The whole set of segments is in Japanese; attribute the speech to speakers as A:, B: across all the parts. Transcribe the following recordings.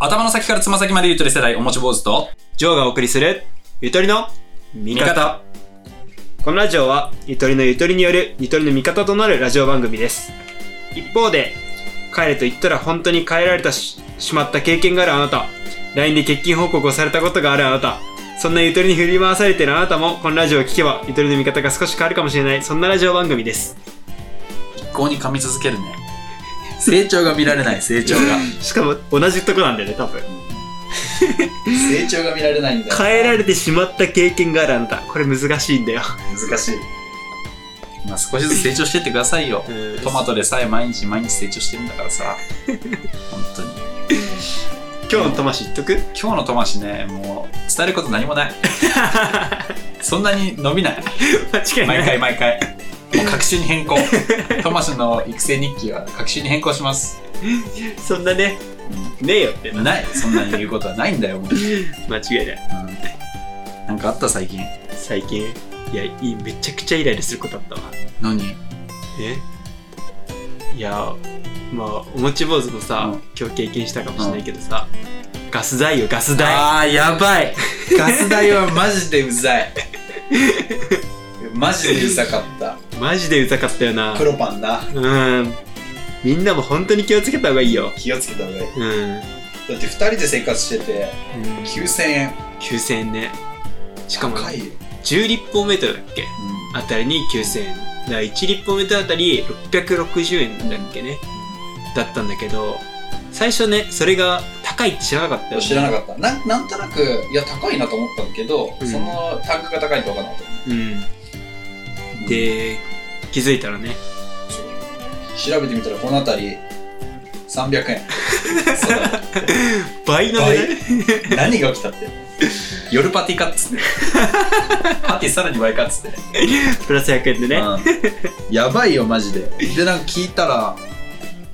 A: 頭の先からつま先までゆとり世代おもち坊主と
B: ジョーがお送りするゆとりの
A: 味
B: 味方
A: 方
B: このラジオはゆとりのゆとりによるゆとりの味方となるラジオ番組です一方で帰れと言ったら本当に帰られてししまった経験があるあなた LINE で欠勤報告をされたことがあるあなたそんなゆとりに振り回されているあなたもこのラジオを聞けばゆとりの味方が少し変わるかもしれないそんなラジオ番組です
A: 一向に噛み続けるね成長が見られない成長が
B: しかも同じとこなんだよね多分
A: 成長が見られないんだ
B: 変えられてしまった経験があるあなたこれ難しいんだよ
A: 難しいまあ少しずつ成長してってくださいよトマトでさえ毎日毎日成長してるんだからさ本当に
B: 今日のトマシ言っとく
A: 今日のトマシねもう伝えること何も ないそんなに伸びない
B: 間違いない
A: 毎回毎回 もう各種に変更トマシの育成日記は各種に変更します、
B: そんなねねえよって
A: うんないそんなに言うことはないんだよもう、うん
B: 間違いない
A: なんかあった最近
B: 最近いやいいめちゃくちゃイライラすることあったわ
A: 何
B: えいやまあおもち坊主もさ、
A: うん
B: 今日経験したかもしれないけどさ、ガス代よガス代
A: あーやばいガス代はマジでうざいマジでうざかった
B: マジでうざかったよな
A: ロパンな
B: うんみんなも本当に気をつけた方がいいよ
A: 気をつけた方がいい
B: うん、うん、
A: だって2人で生活してて9000円
B: 9000円ねしかも
A: 高いよ、
B: 10立方メートルだっけあたりに9000円だから1立方メートルあたり660円だっけねだったんだけど最初ねそれが高いって知らなかったよ、ね、
A: 知らなかったなんなんとなくいや高いなと思ったんだけど、
B: うん
A: そのタンクが高いと分からなかっ
B: うん
A: た
B: で気づいたらね
A: そう調べてみたらこの辺り300円 そうだ
B: 倍の値
A: 何が起きたって夜パティかっつってパティさらに倍かっつって
B: 段 プラス100円でね、
A: うんやばいよマジででなんか聞いたら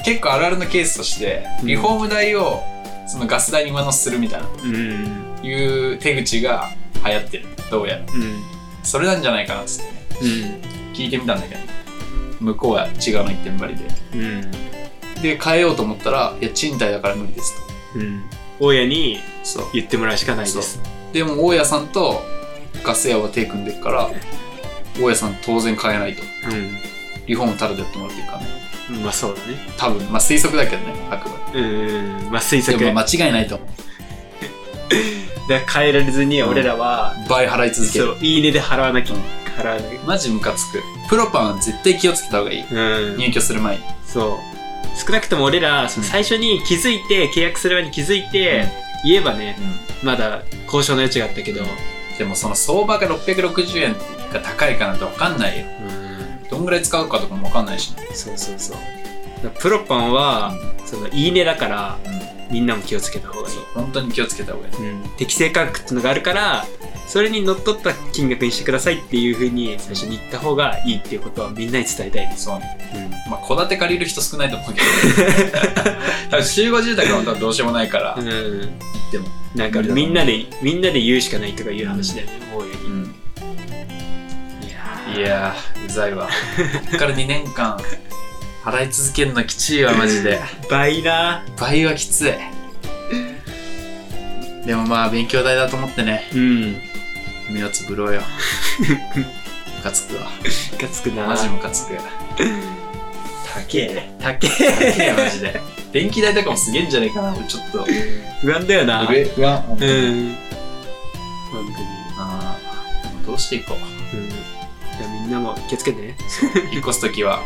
A: 結構あるあるのケースとして
B: うん
A: リフォーム代をそのガス代に上乗せするみたいな
B: うん、
A: いう手口が流行ってるどうやら
B: うん
A: それなんじゃないかなっつってね聞いてみたんだけど向こうは違うの一点張りで
B: うんうん
A: で変えようと思ったらいや賃貸だから無理ですと
B: うん大家に
A: そう
B: 言ってもらうしかないです
A: そでも大家さんとガス屋は手組んでるから大家さん当然変えないと
B: う
A: リフォームタダでやってもらっていいからね
B: んまあそうだね
A: 多分まあ推測だけどねあくま
B: うんまあ推
A: で
B: 測
A: でもまあ間違いないと思う
B: で変えられずに
A: うん
B: 俺らは、
A: 倍払い続け
B: そ
A: る
B: ういいねで払わなきゃ、
A: うん
B: 払わなきゃ
A: マジムカつくプロパンは絶対気をつけた方がいい
B: うん
A: 入居する前に
B: そう少なくとも俺らその最初に気づいて契約する前に気づいて言えばねまだ交渉の余地があったけど
A: でもその相場が660円が高いかなんて分かんないよ
B: うん
A: どんぐらい使うかとかも分かんないしね
B: そうそうそうだからプロパンはそのいいねだからみんなも気をつけた方がいい
A: そう本当に気をつけた方がいい
B: うん適正価格っていうのがあるからそれにのっとった金額にしてくださいっていうふうに最初に言った方がいいっていうことはみんなに伝えたいです、
A: そうねまあ戸建て借りる人少ないと思うけど 多分集合住宅は多分どうしようもないから
B: うん、うん、
A: 行っても
B: なんかみんなでみんなで言うしかないとかいう話だよね、もうよりい
A: いやーうざいわこっから2年間 払い続けるのきちいわマジで
B: 倍な
A: 倍はきついでもまあ勉強代だと思ってね
B: うん
A: 目をつぶ ろうよムカつくわ
B: ムカつくな
A: マジムカつく
B: 高え高
A: いやマ
B: え
A: ジで電気代とかもすげえんじゃねえかなちょっと
B: 不安だよな
A: 不安本当
B: う
A: に
B: ん本
A: あーどうしていこう
B: 当にうんじゃあみんなも気をつけてね
A: 引っ越す時は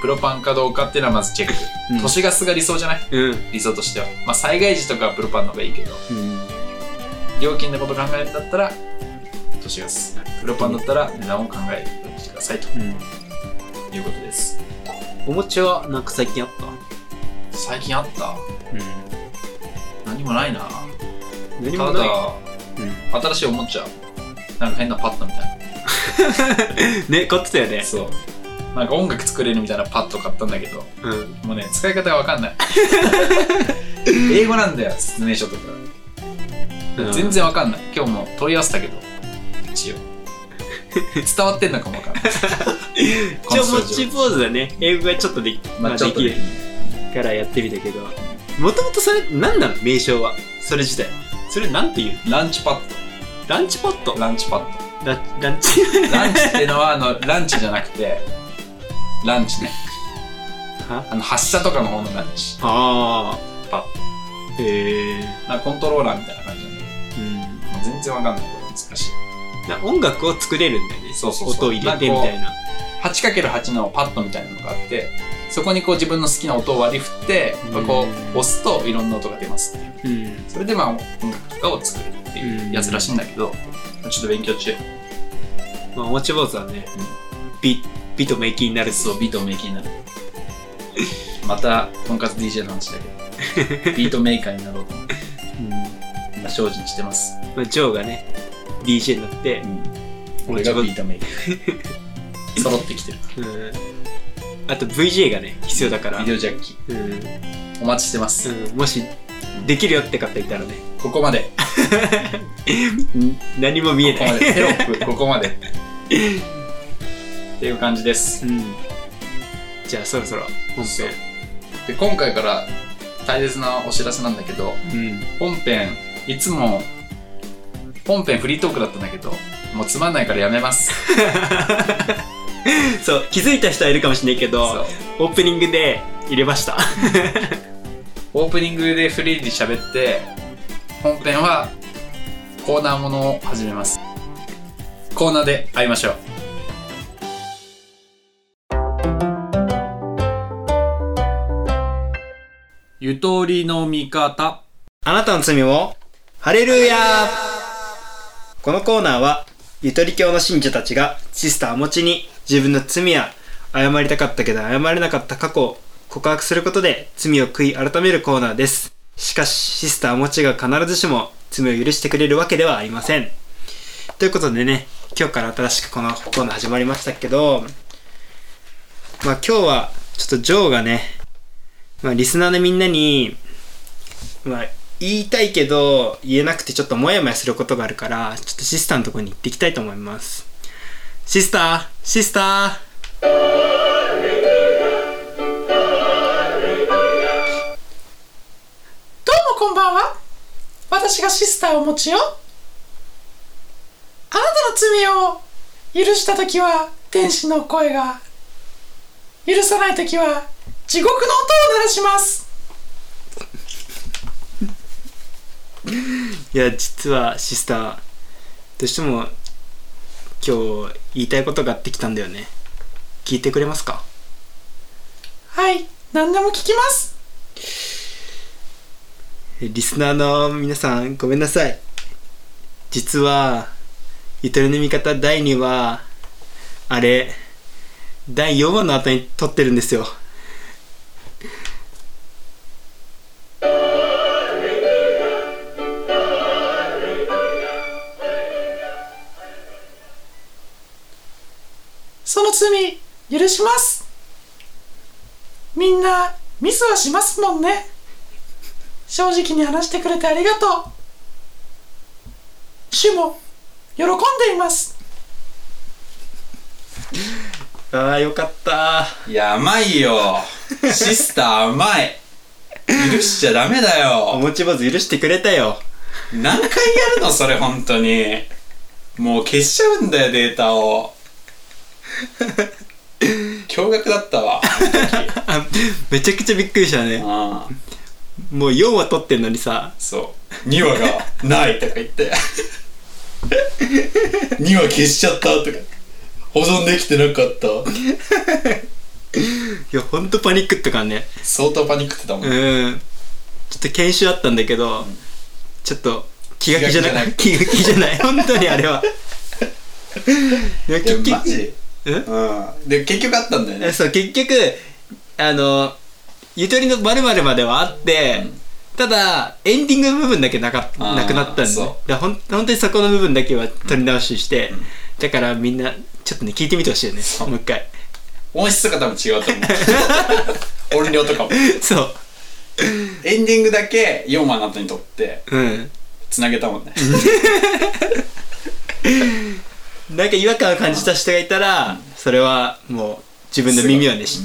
A: プロパンかどうかっていうのはまずチェック都市ガスが理想じゃない
B: うんうん
A: 理想としてはまあ災害時とかはプロパンの方がいいけど料金のこと考えるんだったら都市ガスプロパンだったら値段を考えるようにしてくださいと
B: うん
A: いうことです
B: おもちはなんか最近あった
A: 最近あった
B: うん
A: 何もないな
B: 何
A: た
B: もない
A: だ
B: うん
A: 新しいおもちゃなんか変なパッドみたいな
B: ね買ってたよね
A: そうなんか音楽作れるみたいなパッド買ったんだけど
B: うん
A: もうね使い方がわか んない英語なんだよ説明書とか
B: うん
A: 全然わかんない今日も問い合わせたけど 一応伝わってんのかもわかんないこ
B: 一
A: の症状
B: 応モッチポーズだね英語がちょっとでき,、まあ、
A: ちょ
B: で
A: っと
B: き
A: でき
B: るからやってみたけどもともとそれ、なんなの名称は。それ自体。それなんていう
A: ランチパッ
B: ランチポット
A: ドランチパッド
B: ラランチ
A: ランチってのはあのランチじゃなくてランチね
B: は
A: あの発射とかの方のランチ
B: あ
A: パッ
B: あ。へえ。
A: なんかコントローラーみたいな感じなんだ
B: うん。
A: けどもう全然わかんないこれ難しい
B: な音楽を作れるんだよね。
A: そうそうそう
B: 音を入れてみたいな。
A: 8×8 のパッドみたいなのがあってそこにこう自分の好きな音を割り振って
B: うん
A: こう押すといろんな音が出ますっていう
B: うん。
A: それでまあ音楽とかを作るっていうやつらしいんだけどちょっと勉強中
B: まあ、おもち坊主はね、美、美とメイキになる
A: そうビートをメイキになるまたとんかつ DJ の話だけどビートメーカーになろうと思って
B: うん。
A: 今精進してます、
B: まあ、ジョーがね、DJ になって、
A: 俺がビートメーカー 揃ってきてる
B: うん。あと VJ がね、必要だから。
A: ビデオジャッキ
B: うん。うん
A: お待ちしてます、
B: もし、できるよって方いたらね、
A: ここまで
B: うん何も見え
A: ここ
B: な
A: ま
B: い。
A: でテ ロッ プここまでっていう感じです
B: うん。じゃあ、そろそろ本
A: そう
B: 編。
A: で今回から大切なお知らせなんだけど
B: うん。
A: 本編いつも本編フリートークだったんだけどもうつまんないからやめます
B: そう、気づいた人はいるかもしれないけ
A: そ
B: ど
A: う、
B: オープニングで入れました。
A: オープニングでフリーで喋って本編はコーナーものを始めますコーナーで会いましょうゆとりの味方
B: あなたの罪を、ハレルヤーこのコーナーは、ゆとり教の信者たちが、シスターを持ちに、自分の罪や、謝りたかったけど謝れなかった過去を告白することで、罪を悔い改めるコーナーです。しかし、シスターを持ちが必ずしも、罪を許してくれるわけではありません。ということでね、今日から新しくこのコーナー始まりましたけど、まあ今日は、ちょっとジョーがね、まあリスナーのみんなに、まあ、言いたいけど言えなくてちょっとモヤモヤすることがあるからちょっとシスターのところに行ってきたいと思いますシスターシスタ
A: どうもこんばんは私がシスターを持ちよあなたの罪を許した時は天使の声が許さない時は地獄の音を鳴らします
B: ーいや実はシスターどうしても今日言いたいことがあってきたんだよね聞いてくれますか
A: はい何でも聞きます
B: えリスナーの皆さんごめんなさい実はゆとりの味方第2話あれ第4話の後に撮ってるんですよ
A: その罪許しますみんなミスはしますもんね正直に話してくれてありがとう主も喜んでいます
B: あーよかった
A: いや甘いよシスター甘い許しちゃダメだ
B: お
A: よ
B: もち坊主許してくれたよ
A: 何回やるのそれ本当にもう消しちゃうんだよデータを驚愕だったわ
B: あめちゃくちゃびっくりしたね
A: ああ
B: もう4話撮ってんのにさ
A: そう2話がないとか言って2話消しちゃったとか保存できてなかった
B: いやほんとパニックったからね
A: 相当パニックってたもん、
B: うんちょっと研修あったんだけど、ちょっと気が気じゃない気が気じゃない本当にあれはいや
A: いや
B: 結
A: マ
B: 局
A: ジうんで結局あったんだよね
B: えそう結局あのゆとりの〇〇まではあって、ただエンディング部分だけなか
A: あー
B: なくなったんで,、
A: そう
B: ね、だからほん本当にそこの部分だけは取り直しして、だからみんなちょっとね聞いてみてほしいよね
A: そう
B: もう一回
A: 音質が多分違うと思う音量とかも
B: そう
A: エンディングだけ4話の後に撮って
B: うん
A: つなげたもんね
B: なんか違和感を感じた人がいたら、それはもう自分の耳をね、し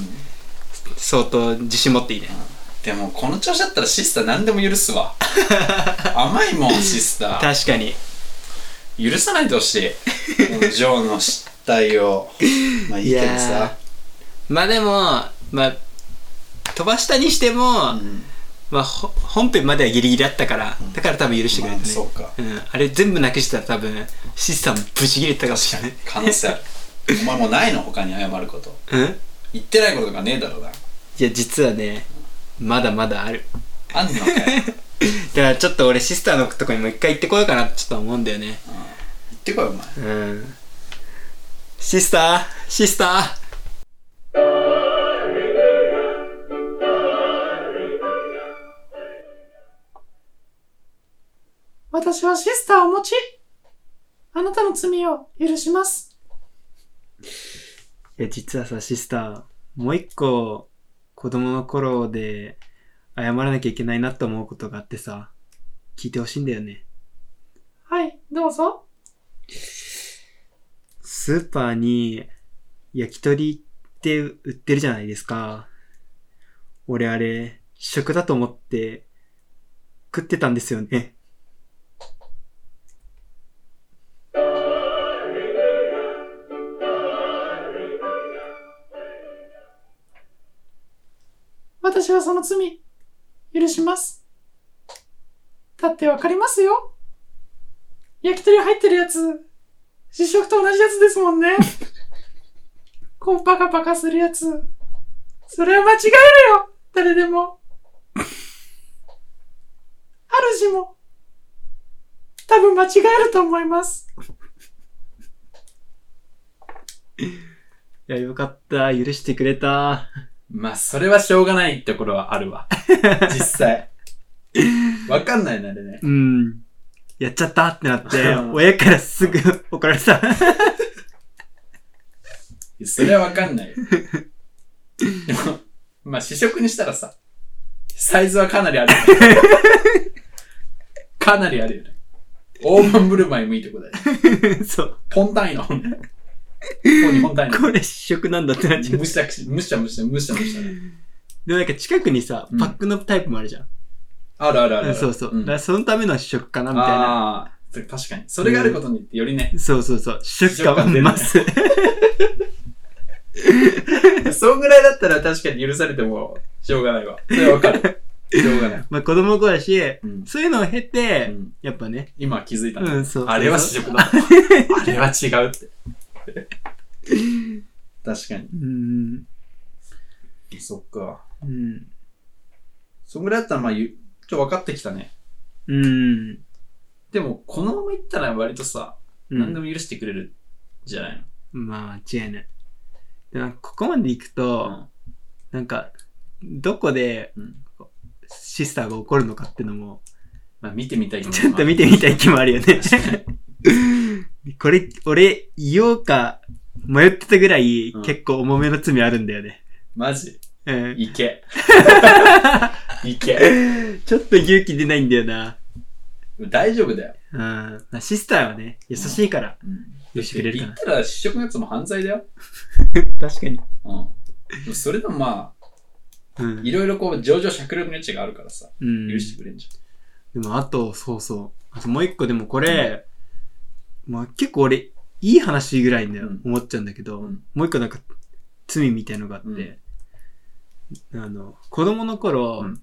B: 相当自信持っていいね。
A: でもこの調子だったらシスター何でも許す わ甘いもんシスター
B: 確かに。
A: 許さないでほしいこのジョーの失態をまあいいけど
B: い
A: さ
B: や、まあでも、まあ、飛ばしたにしても、
A: うん
B: まあ、ほ本編まではギリギリだったから、だから多分許してくれたね、
A: まあそうか
B: ん、あれ全部なくしてたら多分シスさんブチ切れてたかもしれない
A: 可能性あるお前もうないの他に謝ること
B: うんい
A: 言ってないことがねえだろうな
B: や実はねまだまだある
A: あんのかよ言
B: だからちょっと俺シスターのとこにも一回行ってこようかなってちょっと思うんだよね
A: ってこいお前
B: うんシスターシスタ
C: 私はシスターを持ち、あなたの罪を許します。
B: ーいや実はさシスターもう一個子供の頃で謝らなきゃいけないなと思うことがあってさ聞いてほしいんだよね
C: はい、どうぞ。
B: スーパーに焼き鳥って売ってるじゃないですか。俺あれ、試食だと思って食ってたんですよね。
C: 私はその罪、許します。だってわかりますよ。焼き鳥入ってるやつ、試食と同じやつですもんね。こうパカパカするやつ。それは間違えるよ誰でも。主も、多分間違えると思います。
B: いや、よかった。許してくれた。
A: まあそれはしょうがないところはあるわ実際わかんないなあれね
B: うん。やっちゃったってなって
A: う、ん
B: 親からすぐ 怒られた。
A: いやそれはわかんないよでもまあ試食にしたらさサイズはかなりあるよねかなりあるよね大盤振る舞いもいいとこだよ
B: そう。
A: ポン単位のここにポン単位の
B: これ試食なんだってなっちゃう。
A: むしゃくしむしゃむしゃむしゃむしゃね
B: でもなんか近くにさ
A: うん、
B: パックのタイプもあるじゃん。
A: あるあるあるあ
B: う
A: る
B: ん、そうそう。
A: ん
B: だからそのための試食かなみたいな。
A: ああー確かにそれがあることによってよりね、
B: そうそうそう。試食感はます。
A: そんぐらいだったら確かに許されてもしょうがないわ。それはわかる。しょうがない。
B: まあ子供の子だし、
A: ん
B: そういうのを経て、
A: うん
B: やっぱね、
A: 今気づいた
B: う
A: ね
B: ん、そう。
A: あれは
B: そう
A: 試
B: そ
A: 食
B: う
A: だ。 あれは違うって。確か
B: うん。
A: に。そっか。
B: うん。
A: そんぐらいだったらまあゆ、ちょっと分かってきたね。
B: うん。
A: でも、このままいったら割とさ、
B: うん
A: 何でも許してくれるじゃない
B: まあ、間違いない。でなんかここまで行く
A: の。
B: と、なんか、どこで
A: うん。うん
B: シスターが怒るのかってのも、
A: まあ、見てみたいけど
B: ちょっと
A: まあ
B: 見てみたい気もある よね。
A: 確かに
B: これ、俺、言おうか迷ってたぐらい、
A: うん
B: 結構重めの罪あるんだよね。
A: マジ。
B: うん。
A: い け。いけ。
B: ちょっと勇気出ないんだよな。
A: 大丈夫だよ。
B: うん。まあシスターはね、優しいから。許してくれるか
A: 言
B: な
A: ったら試食のやつも犯罪だよ。
B: 確かに。
A: うん。でもそれでもまあ、
B: うん。
A: いろいろこう、上々酌量の余地があるからさ、
B: うん
A: 許してくれんじ
B: でも、あと、そうそう。あともう一個、でもこれ、まあ結構俺、いい話ぐらいに
A: うん
B: 思っちゃうんだけど、
A: うん
B: もう一個なんか、罪みたいのがあって、あの、子供の頃、
A: うん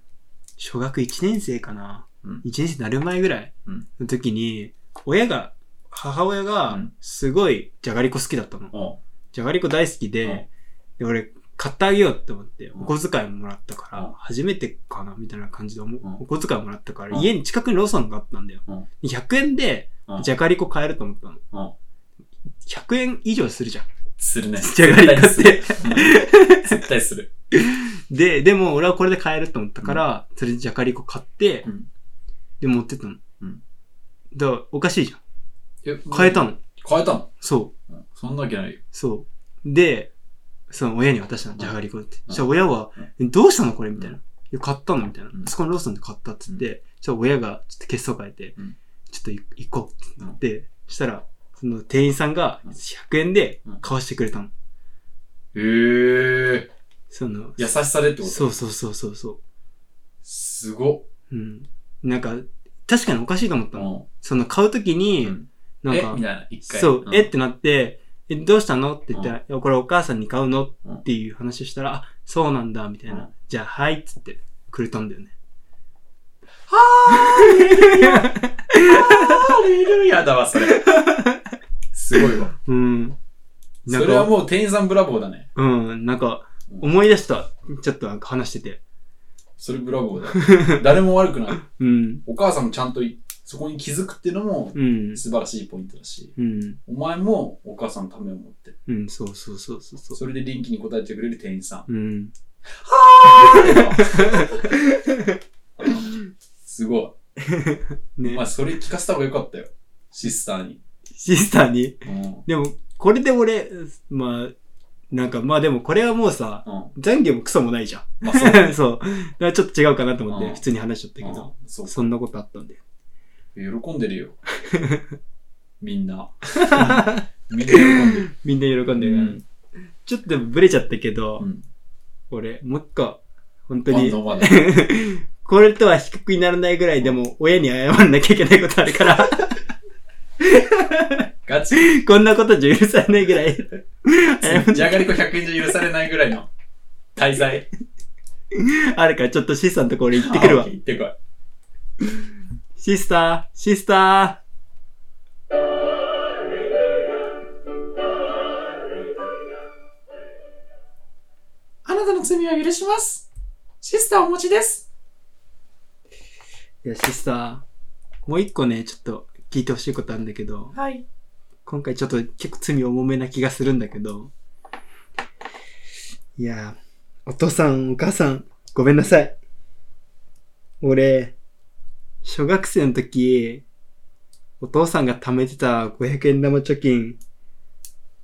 B: 小学1年生かな、
A: うん
B: 一 ?1 年生になる前ぐらい
A: うん
B: の時に、親が、母親
A: う
B: が
A: ん、
B: すごい、じゃがりこ好きだったの。
A: ゃん。お
B: じゃがりこ大好きで、
A: うん
B: で、俺、買ってあげようって思って、
A: うん
B: お小遣いもらったから、
A: うん
B: 初めてかなみたいな感じでおも、
A: うん
B: お小遣いもらったから、
A: うん
B: 家に近くにローソンがあったんだよ。
A: うん
B: で100円で
A: う、ん
B: じゃがりこ買えると思ったの。
A: うん
B: 100円以上するじゃん。
A: するね。
B: じゃがりこって。
A: 絶対する。
B: で、でも俺はこれで買えると思ったから、それでじゃがりこ買って、
A: うん
B: で、持ってったの。
A: うん
B: だから、おかしいじゃん。
A: 絶対する。
B: 買えた
A: の
B: の。
A: 変えたの
B: そう。
A: うんそんなわけないよ。
B: そう。で、その親に渡したの、じゃがりこって。
A: うん
B: そしたら親は、どうしたのこれみたいな。いや、買ったのみたいな
A: う。ん
B: そこのローソンで買ったって言って、そしたら親がちょっと血相変えて
A: うん、
B: ちょっとい行こうってなって、そしたら、その店員さんが
A: うん
B: 100円で
A: うん
B: 買わしてくれたの。
A: へえ。
B: その、
A: 優しさでってこと
B: そうそうそうそうそう。
A: すごっ。
B: うん。なんか、確かにおかしいと思った
A: う
B: の。
A: ん。
B: その買うときに、
A: うん
B: なん
A: え
B: か
A: み、たいな、一回。
B: そう、
A: ん
B: えってなって、え、どうしたのって言ったら、いやこれお母さんに買うの
A: うん
B: っていう話をしたら、あ、そうなんだ、みたいな。
A: うん
B: じゃあ、はい、っつって、くれたんだよね。
A: ハレルヤだわ、それ。すごいわ。
B: うん。な
A: そ
B: ん
A: れは
B: か、
A: もう店員さんブラボーだね。
B: うん、なんか、
A: うん
B: 思い出した。ちょっとなんか話してて。
A: それブラボーだ。誰も悪くない。
B: うん、
A: お母さんもちゃんといそこに気づくっていうのも
B: うん、
A: 素晴らしいポイントだし、
B: うん、
A: お前もお母さんのためを持って、
B: うん、そうそうそうそうそう。
A: それで臨機に応えてくれる店員さ ん。
B: うん。
A: すごい。
B: ね
A: まあ、。それ聞かせた方がよかったよ。シスターに。
B: シスターに。
A: うん。うん。
B: でも、これで俺、まあ、なんか、まあでもこれはもうさ、残業もクソもないじゃん。
A: まあ、そうだね。
B: そう。だからちょっと違うかなと思っ
A: う
B: て、
A: ん
B: 普通に話し ちゃったけど。
A: うんそう
B: そんなことあったんで。
A: 喜んで るよ。みんな。みんな喜んでる。
B: みんな喜んでるから、
A: うん
B: ちょっとブレちゃったけど、
A: うん。
B: 俺、もう一個、本当
A: バン
B: に
A: ド、まだ。
B: これとは比較にならないぐらいでも、親に謝んなきゃいけないことあ るから、
A: ガチ。
B: こんなことじゃ許されないぐら い、謝ん
A: じ
B: な
A: ゃがりこ100円じゃ許されないぐらいの滞在。
B: あるから、ちょっとシスターのところ行ってくる
A: あ
B: わ
A: オッケー。行ってこい。
B: シスター、シスタ
C: あなたの罪は許します。シスターお持ちです。
B: ー。いや、シスター、もう一個ね、ちょっと聞いてほしいことあるんだけど、
C: はい。
B: 今回ちょっと結構罪重めな気がするんだけど。いやー、お父さん、お母さん、ごめんなさい。俺、小学生の時、お父さんが貯めてた500円玉貯金、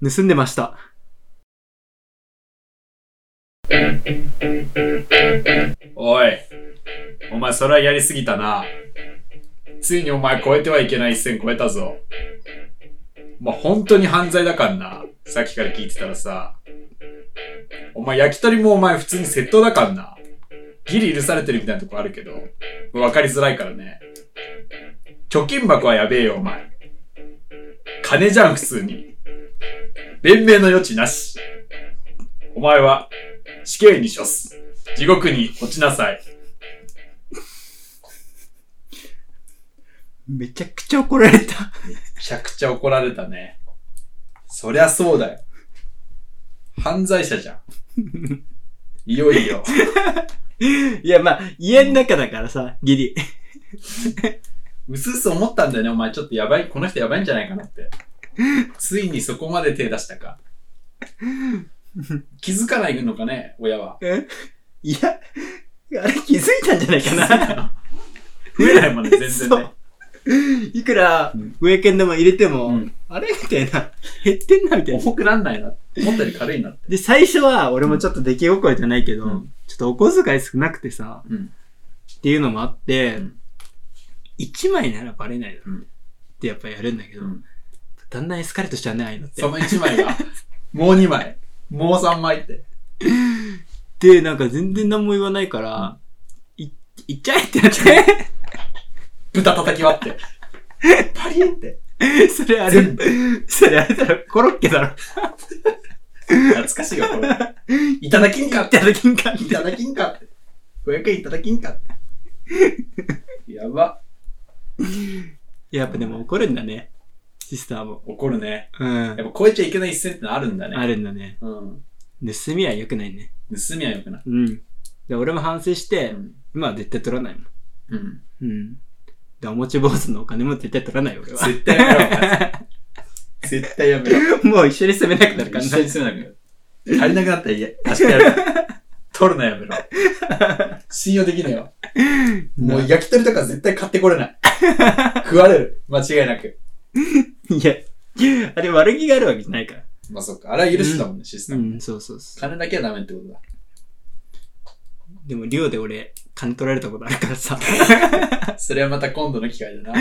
B: 盗んでました。
A: おい、お前それはやりすぎたな。ついにお前超えてはいけない一線超えたぞ。まあ、本当に犯罪だからな。さっきから聞いてたらさ。お前焼き鳥もお前普通に窃盗だからな。ギリ許されてるみたいなとこあるけど、わかりづらいからね。貯金箱はやべえよ、お前。金じゃん、普通に。弁明の余地なし。お前は死刑に処す。地獄に落ちなさい。
B: めちゃくちゃ怒られた。
A: めちゃくちゃ怒られたね。そりゃそうだよ。犯罪者じゃん。いよいよ。
B: いや、まあ、家の中だからさ、ギリ。
A: うすうす思ったんだよね、お前。ちょっとやばい、この人やばいんじゃないかなって。ついにそこまで手出したか。気づかないのかね、親は。
B: えいや、あれ気づいたんじゃないかな。
A: 増えないもんね、全然
B: そ
A: ね
B: う。いくら
A: うん
B: 500円玉入れても、
A: うん
B: あれみたいな、減ってんなみたいな。
A: 重くなんないな。思ったより軽いなって。
B: で、最初は俺もちょっと出来心じゃないけど、
A: うん
B: ちょっとお小遣い少なくてさ、
A: うん。
B: っていうのもあって、
A: うん
B: 1枚ならバレないだろ、
A: うん
B: ってやっぱやるんだけど、
A: うん
B: だんだんエスカレートしちゃうね、ああいうのって
A: そ。の1枚が、もう2枚、もう3枚って。
B: で、なんか全然何も言わないから、い、いっちゃえってなって、
A: 豚叩き割って。パリンって。
B: それあれ
A: 全、部。
B: それあれだろ、コロッケだろ、い
A: 懐かしいよ、これ。いただきんかって。
B: ただきんかって
A: いただきんかって。500円いただきんかって。やば。
B: やっぱでも怒るんだね、シスターも。
A: 怒るね。
B: うん
A: や。っぱ超えちゃいけない一線ってのあるんだね。
B: あるんだね。
A: うん。
B: 盗みは良くないね。
A: 盗みは良くない。
B: うん。で、俺も反省して、
A: うん。
B: 今は絶対取らないもん。
A: うん。
B: うん。で、おもち坊主のお金も絶対取らないよ俺 は。
A: 絶対やめろお前。絶対やめろ。
B: もう一緒に住めなくなるから
A: 一
B: な
A: 緒。に住めなくなる。足りなくなったら、いや、明日やる。取るのやめろ。信用できないよ。もう焼き鳥とか絶対買ってこれない。食われる。間違いなく。
B: いや、あれ悪気があるわけじゃないから。
A: まあそっか。あれは許してたもんね、システ
B: う
A: ム。
B: ん、そうそうそ
A: 金だけはダメってことだ。
B: う。でも、寮で俺、金取られたことあるからさ。
A: それはまた今度の機会 だな。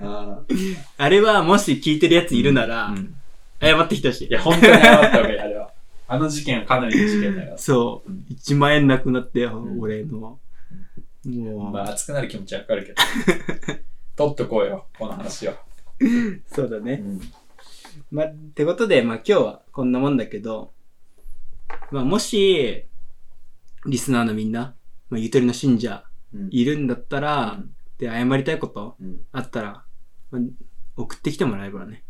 A: あー
B: あれは、もし聞いてるやついるなら、
A: うん
B: 謝ってきてほしい
A: い。や、本当に謝ったわけ だ、あれは。あの事件はかなりの事件だよ。
B: そう。1万円なくなって、
A: ん
B: 俺の。もう、
A: まあ、熱くなる気持ちはわかるけど。 取っとこうよ、この話を。
B: そうだ
A: う
B: ね。
A: ん。
B: まあ、ってことで、まあ今日はこんなもんだけど、まあもし、リスナーのみんな、まあ、ゆとりの信者、
A: うん
B: いるんだったら、
A: うん
B: で、謝りたいこと
A: うん。
B: あったら、まあ送ってきてもらえばね。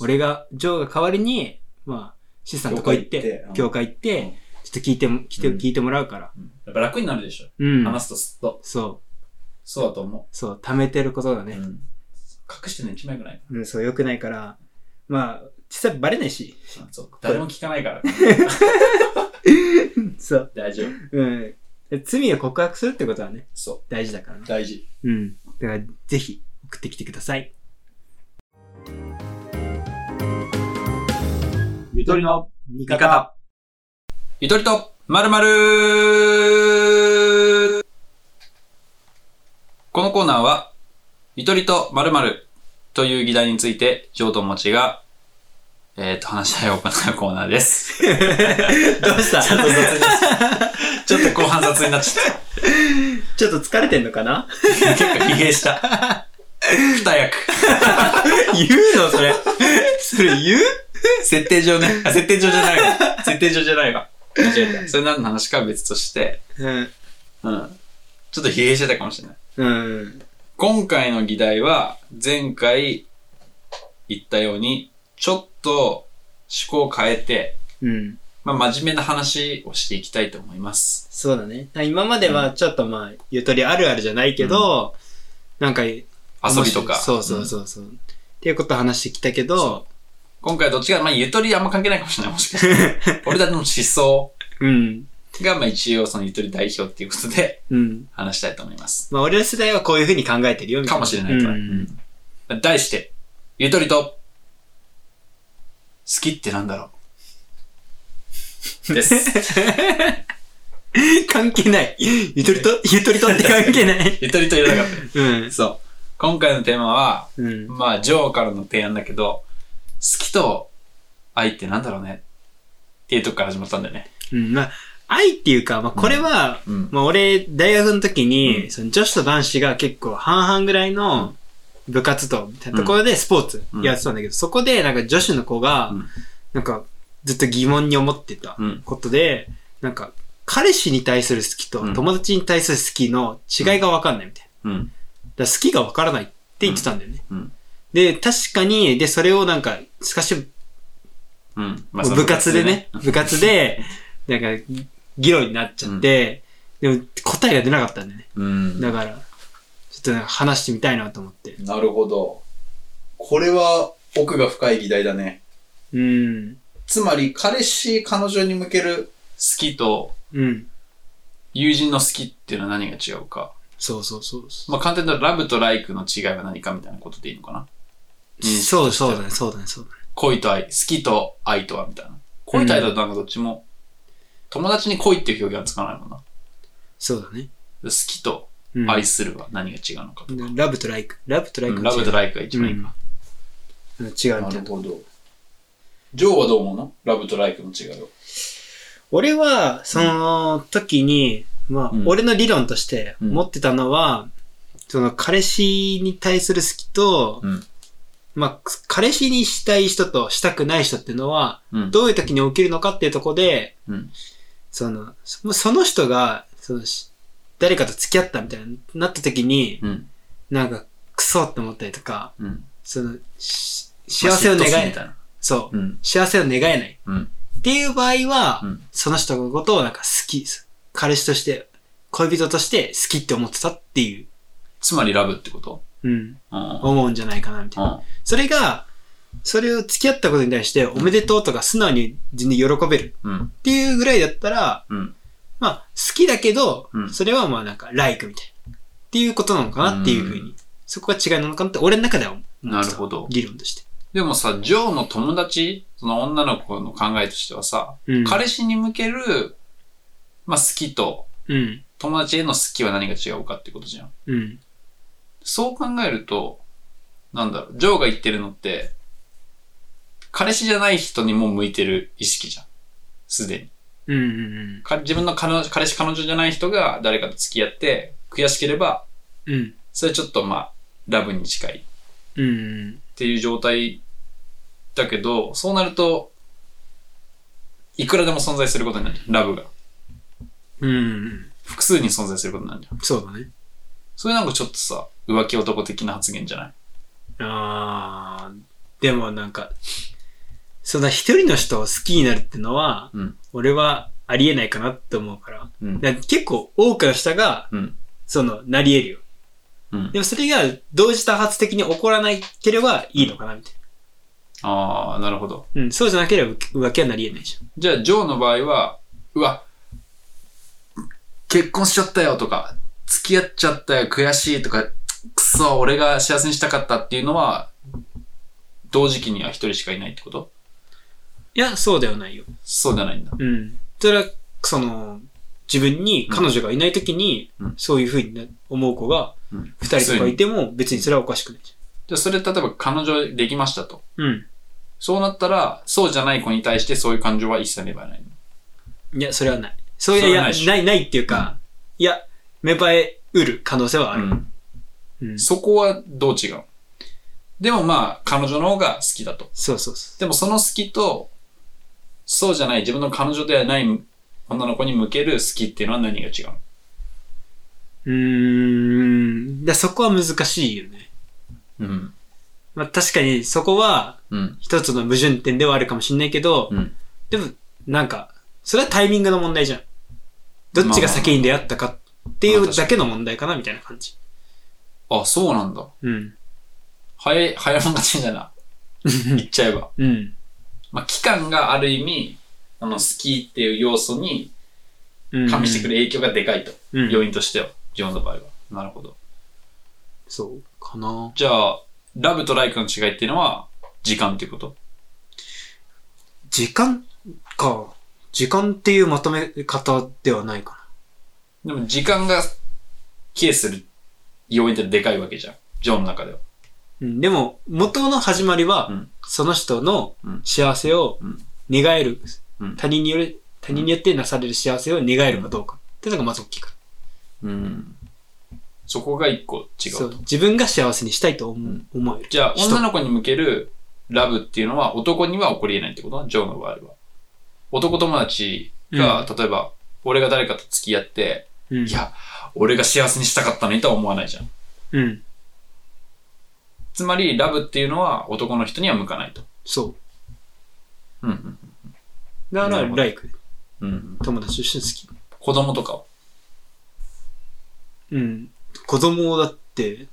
B: 俺が、ジョーが代わりに、まあ、シスさんとこ行って、教
A: 教
B: 会行って、
A: うん
B: ちょっと聞いても、来て、
A: うん
B: 聞いてもらうから。
A: うんやっぱ楽になるでしょ。
B: うん。
A: 話すとすっと。
B: そ
A: そうだと思
B: う、そう、溜めてることだ
A: う。う
B: ね。
A: ん。隠してるの一枚ぐら い。
B: うん、そう、良くないから、まあ、実際バレないし。
A: あそう。誰も聞かない から。
B: そう、
A: 大丈夫。
B: うん。罪を告白するってことはね、
A: そ
B: 大事だからね
A: う。。大事。
B: うん。だから、ぜひ、送ってきてください。
A: ゆとりの
B: 味
A: 味方。ゆとりと、まるまるこのコーナーは、ゆとりとまるまるという議題について、ジョーともちが、えっ、と、話し合いを行うコーナー です。
B: どうした
A: ちょっと雑にちょっと後半雑になっちゃっ
B: ちょっと疲れてんのかな
A: た。結構疲弊した。二役。
B: 言うのそれ。それ言う
A: 設定上ね。あ設定上じゃないわ。設定上じゃないわ。間違えた。それ何の話かは別として、
B: うん。
A: うん。ちょっと疲弊してたかもしれない。
B: うん。
A: 今回の議題は、前回言ったように、ちょっと思考を変えて、
B: うん。
A: まあ、真面目な話をしていきたいと思います。
B: そうだね。今まではちょっとまあ、ゆとりあるあるじゃないけど、なんか、遊
A: 遊びとか。
B: そうそう
A: うん
B: そうそう。っていうことを話してきたけど、
A: 今回はどっちか、まあ、ゆとりあんま関係ないかもしれない、もしか して。俺たちの思想
B: うん。
A: が、まあ、一応そのゆとり代表っていうことで
B: うん。
A: 話したいと思います。
B: まあ、俺ら世代はこういうふうに考えてるよ、みたい
A: か
B: な。
A: もしれないから。
B: う
A: うん
B: ん
A: 題して、ゆとりと、好きってなんだろう。 です。
B: 関係ない。ゆとりと、ゆとりとって関係ない。
A: ゆとりと言えなかった。
B: うん。
A: そう。今回のテーマは、
B: うん。
A: まあ、ジョーからの提案だけど、好きと愛ってなんだろうねっていうとこから始まったんだよね。
B: うん。まあ、愛っていうか、まあ、これは、
A: うん。
B: まあ、俺、大学の時に、
A: うん
B: その女子と男子が結構半々ぐらいの部活動みたいなところでスポーツやってたんだけど、そこでなんか女子の子が、
A: うん
B: なんかずっと疑問に思ってた
A: うん。
B: ことで、なんか彼氏に対する好き
A: う
B: と
A: ん
B: 友達に対する好きの違いがわかんないみたいな。
A: うん。
B: だから好きがわからないって言ってたんだよね。
A: うんうん
B: で、確かに、で、それをなんか、しかし
A: うん。ま
B: 部活でね、部活で、なんか、議論になっちゃって、でも答えが出なかったんだよね。
A: うん。
B: だから、ちょっとなんか話してみたいなと思って。
A: なるほど。これは奥が深い議題だね。
B: うん。
A: つまり、彼氏、彼女に向ける好きと
B: うん。
A: 友人の好きっていうのは何が違うか。
B: そうそうそう。
A: まあ、簡単に言うとラブとライクの違いは何かみたいなことでいいのかな。認識
B: そうそうだね、そうだね、そうだね。
A: 恋と愛、好きと愛とはみたいな。恋と愛だとなんかどっちも、友達に恋っていう表現はつかないもんな。
B: そうだね。
A: 好きと
B: うん、
A: 愛するは何が違うのかとか。
B: ラブとライク。ラブとライ
A: う
B: ク
A: ん
B: が
A: ラ
B: 違う。
A: ブとライクが一番いいか。
B: うん違うみたいな。
A: ほど。ジョーはどう思うのラブとライクの違いを。
B: 俺は、その時に、まあ、
A: うん
B: 俺の理論として
A: うん
B: 持ってたのは、その彼氏に対する好きと、
A: うん
B: まあ、彼氏にしたい人としたくない人っていうのは、
A: うん。
B: どういう時に起きるのかっていうとこで、
A: うん
B: その、そその人が、そのし、誰かと付き合ったみたいになった時に、
A: うん。
B: なんか、クソって思ったりとか、
A: うん。
B: その、し幸せを願
A: まあ嫉妬するみ
B: え
A: たいな。
B: そう
A: う、ん。
B: 幸せを願えない。
A: うん。
B: っていう場合は、
A: うん
B: その人のことをなんか好き、彼氏として、恋人として好きって思ってたっていう、
A: つまりラブってこと
B: うん、
A: うん。
B: 思うんじゃないかな、みたいな。それが、それを付き合ったことに対して、おめでとうとか素直に全然喜べる
A: うん。
B: っていうぐらいだったら、
A: うん。
B: まあ、好きだけど、
A: うん
B: それはまあなんか、ライクみたいな。っていうことなのかなっていうふうに、
A: う
B: そこが違いなのかなって、俺の中では思う。
A: なるほど
B: 理論として。
A: でもさ、ジョーの友達、その女の子の考えとしてはさ、
B: うん。
A: 彼氏に向ける、まあ好きと、
B: うん。
A: 友達への好きは何が違うかってことじゃん。
B: うん。
A: そう考えると、なんだろう、ジョーが言ってるのって、彼氏じゃない人にも向いてる意識じゃん。すでに。
B: うん。うん。
A: か自分の彼女彼氏彼女じゃない人が誰かと付き合って、悔しければ、
B: うん。
A: それちょっとまあ、ラブに近い
B: うん。
A: っていう状態だけど、そうなると、いくらでも存在することになるじゃんラブが。
B: うん。
A: 複数に存在することになるじゃん。
B: そうだね。
A: それなんかちょっとさ、浮気男的な発言じゃない
B: あー、でもなんか、そんな一人の人を好きになるってのは、
A: うん
B: 俺はありえないかなって思うから。
A: うん。
B: だから結構多くの人が、
A: うん。
B: その、なり得るよ。
A: うん
B: で。もそれが同時多発的に起こらなければいいのかな、みたい
A: ああ、なるほど。
B: な。うん、そうじゃなければ浮気はなり得ないじ
A: じゃあ、ジョーの場合は、うわ、結婚しちゃったよとか、付き合っちゃったよ、悔しいとか、くそ、俺が幸せにしたかったっていうのは、同時期には一人しかいないってこと
B: ゃん。いや、そうではないよ。
A: そうじゃないんだ。
B: うん。それは、その、自分に彼女がいないときに
A: うん、
B: そういうふうにな思う子が
A: うん、
B: 二人とかいても別にそれはおかしくないじ
A: じゃあ、それ例えば彼女できましたと。
B: ゃん。う
A: そうなったら、そうじゃない子に対してそういう感情は一切芽生えないの。
B: ん。いや、それはない。そういう、
A: そ
B: い
A: れはな
B: や、ない
A: し
B: い、ないっていうか、いや、芽生えうる可能性はある。うん。そ
A: そこはどう違うのでもまあ、彼女の方が好きだと。
B: うそうそ
A: でもその好きと、そうじゃない自分の彼女ではない女の子に向ける好きっていうのは何が違うの
B: う。うーん。だそこは難しいよね。
A: うん。
B: まあ確かにそこは
A: うん。
B: 一つの矛盾点ではあるかもしれないけど、
A: うん。
B: でも、なんか、それはタイミングの問題じゃん。どっちが先に出会ったかってい
A: まあ
B: う
A: 確か
B: だ
A: に
B: けの問題かなみたいな感じ。
A: あ、そうなんだ。
B: うん。
A: 早い、早いもん勝ちだな。 言っちゃえば。
B: うん。
A: まあ、期間がある意味、あの、好きっていう要素に加味してく
B: れ。
A: る影響がでかいと。
B: うん。
A: 要因としては。ジョンの場合は。なるほど。
B: そう。かな
A: じゃあ、ラブとライクの違いっていうのは、時間っていうこと
B: 時間か。時間っていうまとめ方ではないか
A: でも時間が、消えする要因ってでかいわけじゃん。ジョンの中では。
B: な。うん。でも、元の始まりは、
A: うん
B: その人の
A: うん
B: 幸せを
A: うん
B: 願える。
A: うん
B: 他人による、他人によってなされる幸せを願えるかどうか。っていうのがまず大きいから。
A: うん。そこが一個違う
B: そ
A: と
B: う。自分が幸せにしたいと思,、う
A: うん
B: 思える。
A: じゃあ、
B: 人
A: 女の子に向けるラブっていうのは男には起こり得ないってことジョーの場合は。男友達が、例えば、俺が誰かと付き合って、
B: うん
A: いや、俺が幸せにしたかったのにとは思わないじゃん。
B: うん。
A: つまり、ラブっていうのは男の人には向かないと。
B: そう。
A: うんうん
B: だか
A: な
B: ら、
A: るほど
B: ライク、
A: うんうん、
B: 友達として好き。
A: 子供とかは
B: うん。子供をだって、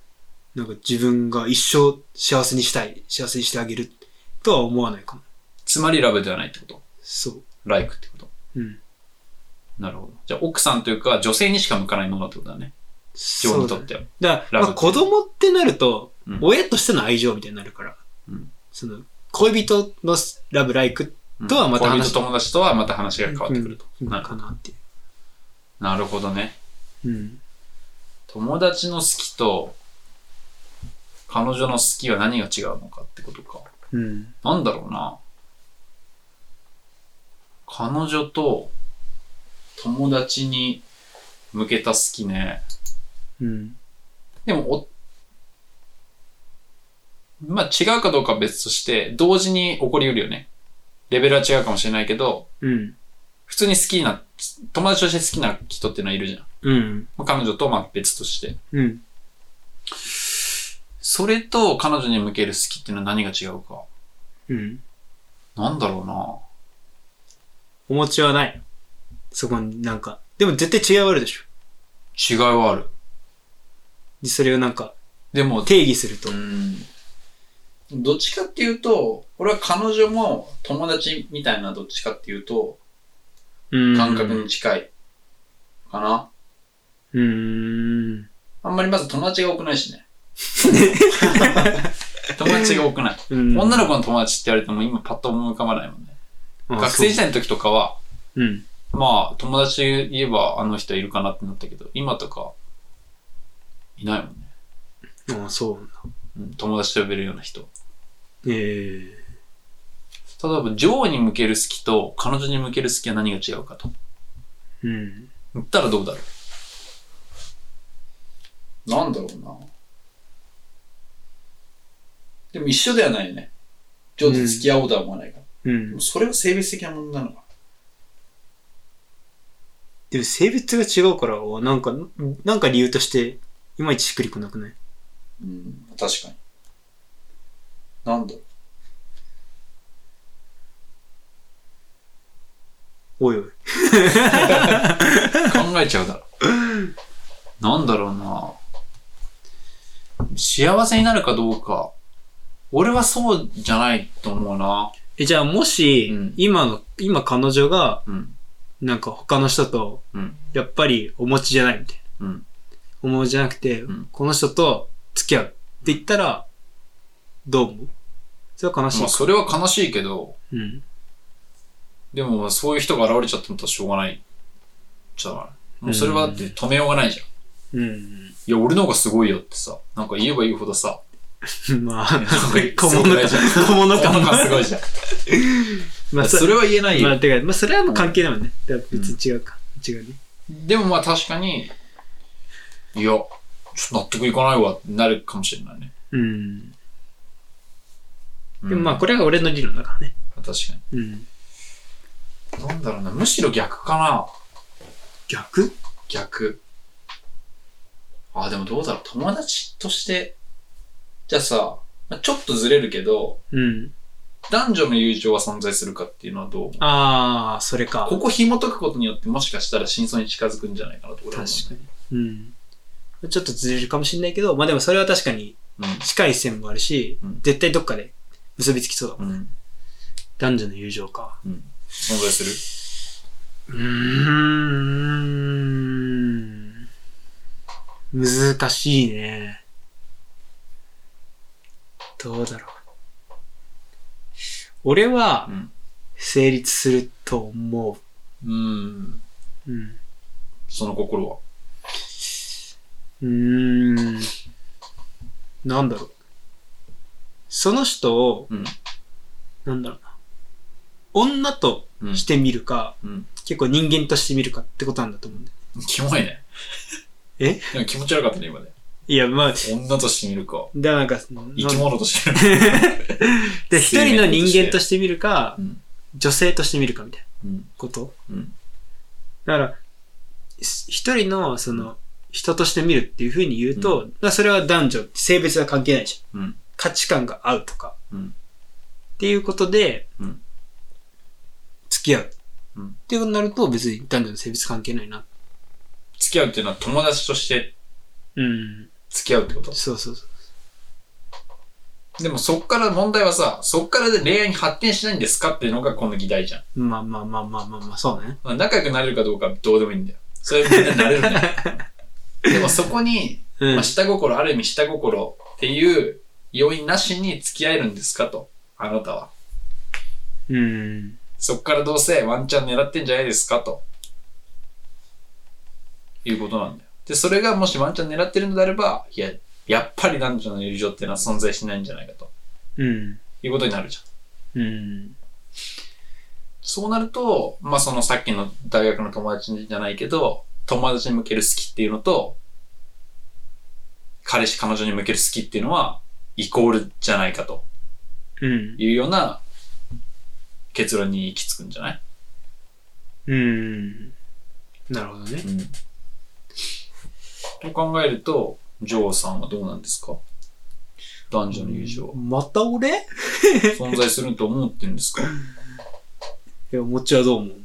B: なんか自分が一生幸せにしたい、幸せにしてあげるとは思わないかも。
A: つまりラブではないってこと
B: そ
A: ライクってこと
B: う。うん。
A: なるほど。じゃあ、奥さんというか、女性にしか向かないものってことだね。ジョー
B: そ
A: に
B: うだ
A: と
B: ね
A: っては。
B: だか
A: ラ
B: ら、ま
A: ブ
B: あ、子供ってなると、
A: うん
B: 親としての愛情みたいになるから、
A: うん
B: その、恋人のラブライクとはまた
A: 恋
B: 話
A: 人友達とはまた話が変わってくると。
B: うん
A: なる
B: かなってい
A: なるほどね。
B: う。うん。
A: 友達の好きと、彼女の好きは何が違うのかってことか。
B: うん。
A: なんだろうな。彼女と友達に向けた好きね。
B: うん。
A: でも、お、まあ違うかどうかは別として、同時に起こりうるよね。レベルは違うかもしれないけど、
B: うん。
A: 普通に好きな、友達として好きな人っていうのはいるじゃん。
B: うん。
A: まあ彼女とまあ別として。
B: うん。
A: それと彼女に向ける好きっていうのは何が違うか。
B: うん。
A: なんだろうな。
B: お餅はない。そこになんか。でも絶対違いはあるでしょ。
A: 違いはある。
B: でそれをなんか、
A: でも、
B: 定義すると。
A: ん。どっちかっていうと、俺は彼女も友達みたいなどっちかっていうと、感覚に近い。かな。
B: うーん。
A: あんまりまず友達が多くないし ね。友達が多くない。
B: うん。
A: 女の子の友達って言われても今パッと思い浮かばないもんね。学生時
B: 代
A: 代の時とかは、
B: うん。
A: まあ友達で言えばあの人いるかなってなったけど、今とか、いないもんね。
B: ああ、そうなんだ。
A: うん友達と呼べるような人。
B: ええ
A: 例えば、ジョーに向ける好きと彼女に向ける好きは何が違うかと。
B: うん。
A: 言ったらどうだろうなんだろうな。でも一緒ではないよね。上手付き合おうとは思わないから。
B: うん
A: でもそれは性別的なものなのか。
B: でも性別が違うから、なんか、なんか理由として、いまいちしっくりこなくない
A: うん、確かに。なんだろう。
B: おいおい。
A: 考えちゃうだろ。なんだろうな。幸せになるかどうか。俺はそうじゃないと思うな。
B: え、じゃあもし、
A: うん
B: 今の、今彼女が、
A: うん。
B: なんか他の人と、
A: うん。
B: やっぱりお餅じゃないみたいな。
A: うん。
B: お餅じゃなくて、
A: うん
B: この人と付き合うって言ったら、どう思うそれは悲しい
A: ま
B: か
A: あ、それは悲しいけど、
B: うん。
A: でもまあそういう人が現れちゃったのとしょうがない。じゃない。もうそれはだって止めようがないじゃん。
B: うん。
A: いや、俺の方がすごいよってさ、なんか言えば言うほどさ、
B: まあ
A: なん、か
B: 小
A: す
B: 物
A: ごくない
B: 感
A: じゃん。。
B: 小物
A: 小
B: 感
A: 物がす
B: ま
A: ごい じゃん。
B: あ、
A: そ
B: それ
A: れは言えない
B: まあ、
A: よ。
B: てか、まあ、それはもう関係ないもんね。だから別に違うか。違うね。
A: でもまあ確かに、いや、ちょっと納得いかないわってなるかもしれないね。
B: うん。
A: うん
B: でもまあ、これが俺の理論だからね。
A: 確か
B: うん。
A: に。なんだろうな、むしろ逆かな。
B: 逆
A: 逆。あ、でもどうだろう、友達として、じゃあさ、まあちょっとずれるけど、
B: うん。
A: 男女の友情は存在するかっていうのはどう思う
B: ああ、それか。
A: ここ紐解くことによってもしかしたら真相に近づくんじゃないかなと俺は思う、
B: 確かに。うん。ちょっとずれるかもしれないけど、まあでもそれは確かに近い線もあるし、
A: うん
B: 絶対どっかで結びつきそうだもん。
A: うん。うん。
B: 男女の友情か。
A: うん。存在する
B: うーん。難しいね。どうだろう。俺は
A: うん。
B: 成立すると思
A: うん。
B: う。うん。
A: その心は。
B: うーん。なんだろう。その人を、
A: うん。
B: なんだろうな。女と
A: うん
B: して見るか、
A: うん。
B: 結構人間として見るかってことなんだと思うんだよ。
A: キモいね。
B: え
A: でも気持ち悪かったね、今ね。
B: いや、まあ、
A: 女として見るか。
B: だからなんか、
A: 生き
B: なん
A: 物として見る
B: で一人の人間として見るか、
A: うん
B: 女性として見るかみたいな
A: うん。
B: こと。
A: うん。
B: だから、す一人の、その、人として見るっていうふうに言うと、だからそれは男女、性別は関係ないじゃん。
A: うん。
B: 価値観が合うとか、
A: うん
B: っていうことで、
A: うん
B: 付き合う、
A: うん
B: っていうことになると別に男女の性別関係ないな。
A: 付き合うっていうのは友達として
B: うん。
A: 付き合うってこと。
B: そうそうそう。
A: でもそっから問題はさ、そっからで恋愛に発展しないんですかっていうのがこの議題じゃん。
B: まあまあまあまあまあまあ、そうね。
A: まあ、仲良くなれるかどうかはどうでもいいんだよ。それはみんななれるね。 でもそこに、
B: うん。
A: まあ、下心、ある意味下心っていう要因なしに付き合えるんですかと、あなたは。
B: うん。
A: そっからどうせワンチャン狙ってんじゃないですかと。いうことなんだよ。で、それがもしワンチャン狙ってるのであれば、いや、やっぱり男女の友情っていうのは存在しないんじゃないかと
B: うん。
A: いうことになるじゃん。
B: うん。
A: そうなると、まあ、そのさっきの大学の友達じゃないけど、友達に向ける好きっていうのと、彼氏、彼女に向ける好きっていうのは、イコールじゃないかと
B: うん。
A: いうような結論に行き着くんじゃない
B: うん。なるほどね。
A: と考えると、ジョーさんはどうなんですか男女の友情は
B: また俺い
A: 存在すると思ってるんですか
B: や、もっちはどう思う
A: こ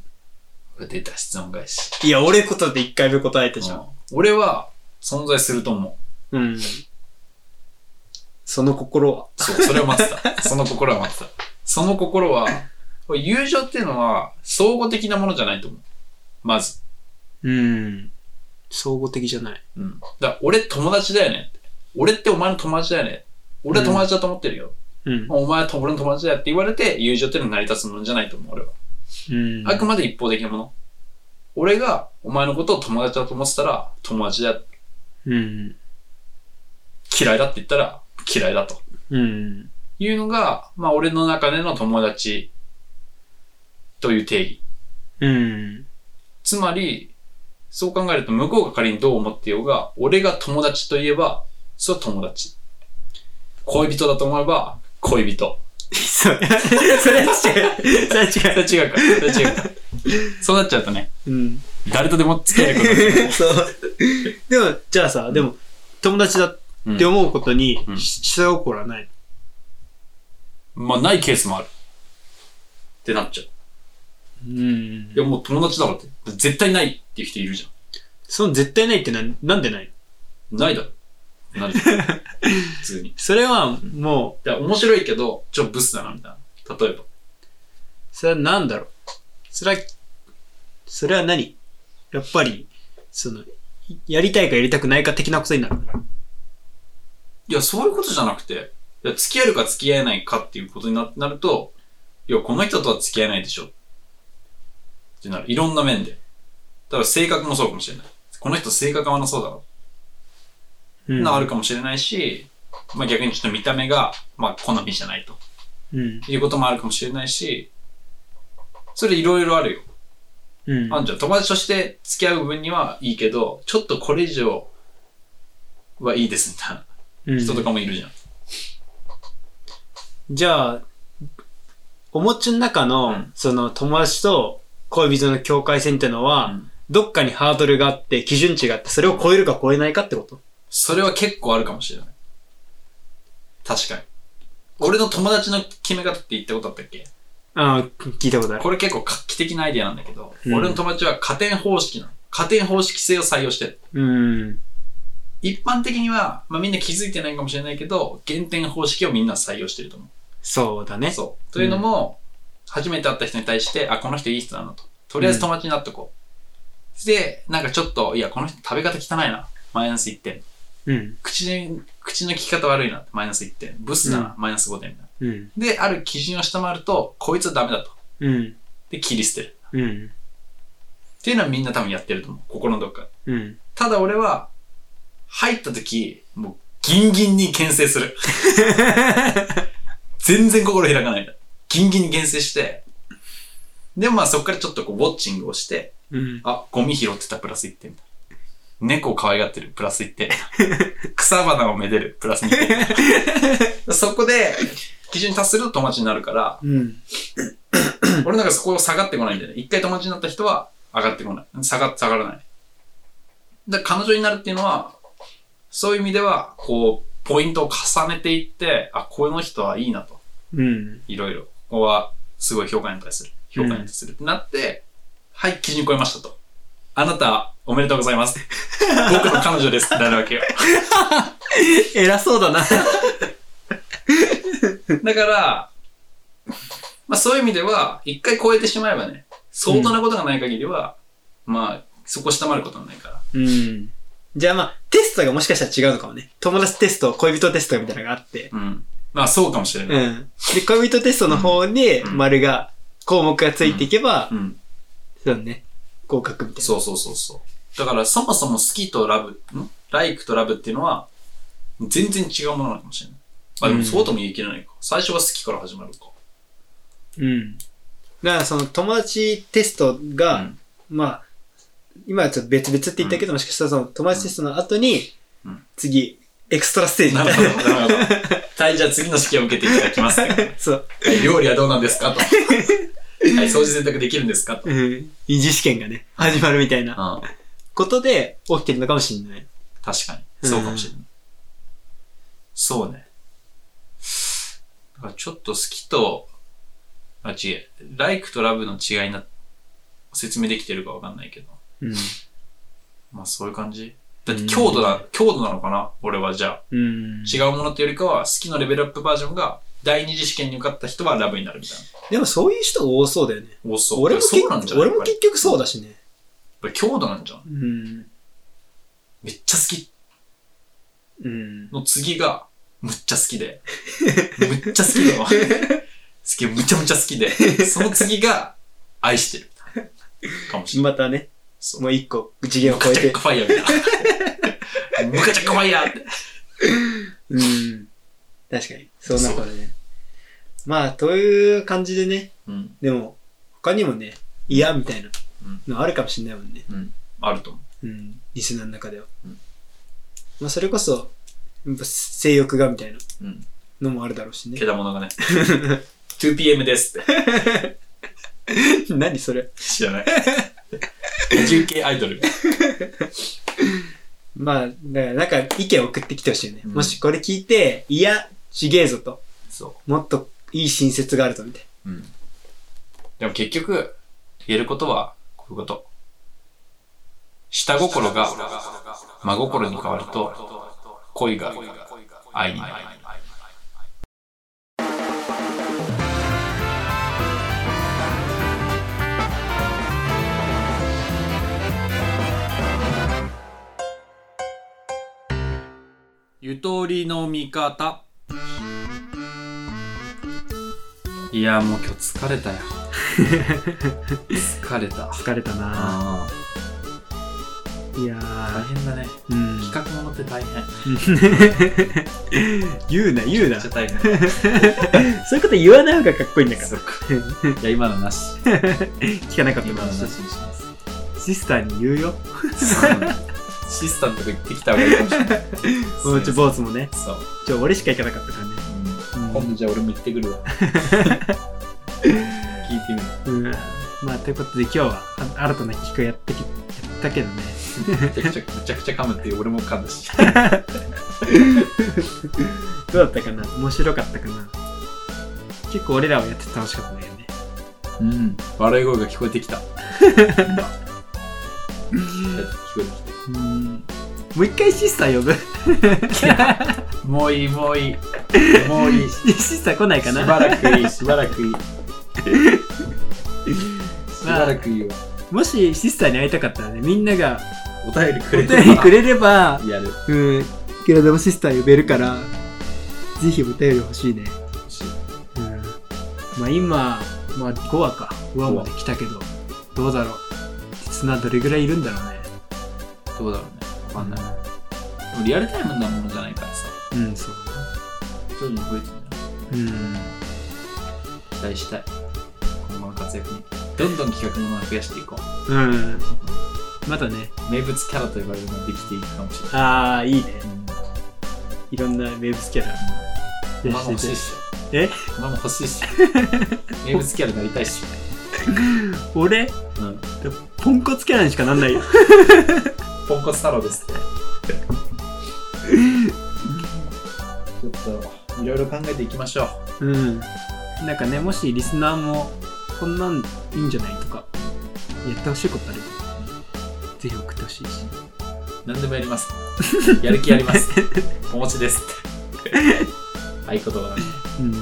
A: れ出た質問返し。
B: いや、俺ことで一回目答えたじゃ
A: うん
B: ん。
A: 俺は存在すると思う。
B: うん。その心は。
A: そう、それを待ってた。その心は待ってた。その心は、これ友情っていうのは、相互的なものじゃないと思う。まず。
B: うん。総合的じゃない。
A: うん。だから俺友達だよねって。俺ってお前の友達だよね。俺は友達だと思ってるよ。
B: うん。
A: お前はと俺の友達だよって言われて、友情っていうのは成り立つものじゃないと思う、俺は。
B: うん
A: あくまで一方的なもの。俺がお前のことを友達だと思ってたら、友達だ。
B: うん。
A: 嫌いだって言ったら、嫌いだと。
B: うん。
A: いうのが、まあ俺の中での友達という定義。
B: うん。
A: つまり、そう考えると、向こうが仮にどう思ってようが、俺が友達といえば、それは友達。恋人だと思えば、恋人。
B: それ、それは違う。それは
A: それ違うか。それ違うか。 そうなっちゃうとね、
B: 違う。うん。
A: 誰とでも付き合えることになる
B: そう。でも、じゃあさ、でも、友達だって思うことに
A: うん、
B: し下心はない。
A: まあ、ないケースもある。ってなっちゃう。
B: うん
A: いや、もう友達だろって。絶対ないっていう人いるじ
B: その絶対ないってな、なんでない
A: ゃん。ないだろ。なるじ ゃん。普通に。い
B: それは、も
A: や、面白いけど、ちょっとブスだな、みたいな。例えば。
B: う、それはなんだろう。それは、それは何やっぱり、その、いやりたいかやりたくないか的なことになる。
A: いや、そういうことじゃなくて、いや付き合えるか付き合えないかっていうことにななると、いや、この人とは付き合えないでしょ。ってなる。いろんな面で。だから性格もそうかもしれない。この人性格合わなそうだろ。
B: うん
A: な、あるかもしれないし、まあ逆にちょっと見た目が、まあ好みじゃないと。
B: うん。
A: いうこともあるかもしれないし、それいろいろあるよ。
B: うん。
A: あんじゃん、友達として付き合う分にはいいけど、ちょっとこれ以上はいいですみたい
B: うん
A: な人とかもいるじゃん。
B: じゃあ、おもちの中の、
A: うん
B: その友達と恋人の境界線ってのは、
A: うん
B: どっかにハードルがあって、基準値があって、それを超えるか超えないかってこと
A: それは結構あるかもしれない。確かに。俺の友達の決め方って言ったことあったっけ
B: ああ、聞いたことある。
A: これ結構画期的なアイディアなんだけど、
B: うん
A: 俺の友達は加点方式なの。加点方式性を採用してる。
B: うん。
A: 一般的には、まあ、みんな気づいてないかもしれないけど、減点方式をみんな採用してると思う。
B: そうだね。
A: そう。というのも、初めて会った人に対して、あ、この人いい人だなと。とりあえず友達になっとこう。で、なんかちょっと、いや、この人食べ方汚いな。マイナス1点。
B: うん。
A: 口、口の利き方悪いな。マイナス1点。ブスだな。マイナス5点みたい
B: うん。
A: な。で、ある基準を下回ると、こいつはダメだと。
B: うん。
A: で、切り捨てる。
B: うん。
A: っていうのはみんな多分やってると思う。心のどっかで。
B: うん。
A: ただ俺は、入った時、もう、ギンギンに牽制する。全然心開かないんだ。ギンギンに牽制して、でもまあそこからちょっとこう、ウォッチングをして、
B: うん。
A: あ、ゴミ拾ってたプラス1点みたいな。猫を可愛がってるプラス1点。草花をめでるプラス2点。そこで、基準に達すると友達になるから、
B: うん。
A: 俺なんかそこを下がってこないんだよね。一回友達になった人は上がってこない。下が、下がらない。だから彼女になるっていうのは、そういう意味では、こう、ポイントを重ねていって、あ、この人はいいなと。
B: うん。
A: いろいろ。ここは、すごい評価に対する。評価に対するってなって、はい、基準超えましたと。あなた、おめでとうございます。 僕の彼女ですってなるわ けよ。
B: 偉そうだな。
A: だから、まあそういう意味では、一回超えてしまえばね、相当なことがない限りは、まあ、そこ下回ることはないから。
B: うん。じゃあまあ、テストがもしかしたら違うのかもね。友達テスト、恋人テストみたいなのがあって。
A: うん。まあそうかもしれ
B: うん。
A: ない。
B: で、恋人テストの方で、
A: うん
B: 丸が、項目がついていけば、
A: うん。
B: そうね。合格みたいな。
A: そうそうそうそう。だからそもそも好きとラブ、んライクとラブっていうのは、全然違うものなのかもしれない。あ、で
B: う
A: も
B: ん
A: そうとも言い切れないか。最初は好きから始まるか。
B: うん。だからその友達テストが、
A: うん
B: まあ、今はちょっと別々って言ったけど、もしかしたらその友達テストの後に、
A: うん
B: 次、エクストラステージ
A: な
B: み
A: る
B: た
A: ほ
B: い
A: ど
B: な。、
A: なるほど。はい、じゃあ次の試験を受けていただき ます。はい
B: そう。
A: 料理はどうなんですかと。はい、掃除選択できるんですかと。。
B: うん。二次試験がね、始まるみたいうなんことで起きてるのかもしれない。
A: 確かに。そうかもしれない。そうね。だからちょっと好きと、あ、違え、ライクとラブの違いな、説明できてるかわかんないけど。
B: うん。
A: まあそういう感じ。だって強度だ、強度なのかな俺はじゃあ。
B: うん。
A: 違うものってよりかは、好きのレベルアップバージョンが、第二次試験に受かった人はラブになるみたい
B: でもそういう人多そうだよね。
A: な。多そう。
B: 俺も
A: いやそうなんじ
B: 結
A: ゃない
B: 俺も結局そうだしね。
A: やっぱり強度なんじゃん。
B: うん。
A: めっちゃ好き
B: うん。
A: の次が、むっちゃ好きで。むっちゃ好きだわ。好き、むちゃむちゃ好きで。その次が、愛してる。かもしれない。
B: またね、
A: そう
B: もう一個次元を
A: ム
B: 超
A: カ
B: え
A: チャッ
B: て
A: ク。ファイヤーみたいな。ムカチャックファイヤーって。
B: うん。確かに。そんなことね。まあ、という感じでね、
A: うん。
B: でも、他にもね、嫌みたいな
A: うん
B: のあるかもしれないもんね。
A: うん。あると思う。
B: うん、リスナーの中では。
A: うん
B: まあ、それこそ、やっぱ性欲がみたいな
A: うん。
B: のもあるだろうしね
A: け。だも のがね。2pm ですって。
B: 何それ。
A: 知らない。中継アイドル。
B: まあ、だからなんか意見送ってきてほしいよね。
A: うん
B: もしこれ聞いて、いや、ちげえぞと。
A: そ
B: もっといい新説があるとみたいな。
A: う。うん。でも結局、言えることは、こういうこと。下心が真心に変わると、恋が愛になる。ゆとりの味方いやもう今日疲れた よ疲れた
B: 疲れたなぁ
A: あ
B: いや
A: あ大
B: ー、
A: 変だね
B: うん。
A: 企画ものって大変
B: 言うな、言う
A: め
B: な。
A: っち
B: そ
A: ゃ大変
B: ういうこと言わない方がかっこいいんだから。
A: そっかいや今のなし
B: 聞かなかった
A: 今のな
B: か
A: しにしま
B: ら。
A: す
B: シスターに言うよ。
A: シスタンとか行ってきた方がいいかもしれない
B: おうち坊主もね。
A: そう、
B: ちょ、俺しか行かなかったからね。
A: うん、今度じゃあ俺も行ってく るわ聞いてみる
B: うん。まあ、ということで今日はあ新たな企画やってき、やったけどね。
A: めちゃくちゃめちゃくちゃ噛むって俺も噛んだし
B: どうだったかな面白かったかな結構俺らはやってて楽しかったんだよね。
A: うん笑い声が聞こえてきた今やっと聞こえて
B: うーん。もう一回シスター呼ぶ。
A: きたもういいもういいもういいし
B: シスター来ないかな
A: ばらくいいしばら くいいしばらくいい わ
B: もしシスターに会いたかったらね、みんなが
A: お便りく
B: お
A: れ
B: 便
A: て
B: りくれれば、
A: やる
B: うん、いくらでもシスター呼べるから、ぜひお便り欲しいね。
A: し
B: うん。まあ今、まあ5話か。5話まで来たけど、どうだろう。綱どれぐらいいるんだろうね。
A: どうだろうねわかんないでもリアルタイムなものじゃないからさ
B: うん、そうだな。
A: 徐々に増えてるんじゃない
B: うん。
A: 期待したい今後の活躍にどんどん企画ものを増やしていこう
B: うん。またね、
A: 名物キャラと呼ばれるのができていくかもしれない
B: ああ、いいね。
A: うん
B: いろんな名物キャラ。
A: お前も欲しいっしょ
B: え
A: お前も欲しいっ しょ名物キャラになりたいっし
B: 俺、
A: ょうん
B: ポンコツキャラにしかなんないよ。
A: ポンコツ太郎ですねちょっといろいろ考えていきましょう
B: うん。なんかね、もしリスナーも、こんなんいいんじゃないとか、やってほしいことあれば、ぜひ送ってほしいし。
A: 何でもやりますやる気やり ますお持ちです って合言葉だね
B: うん。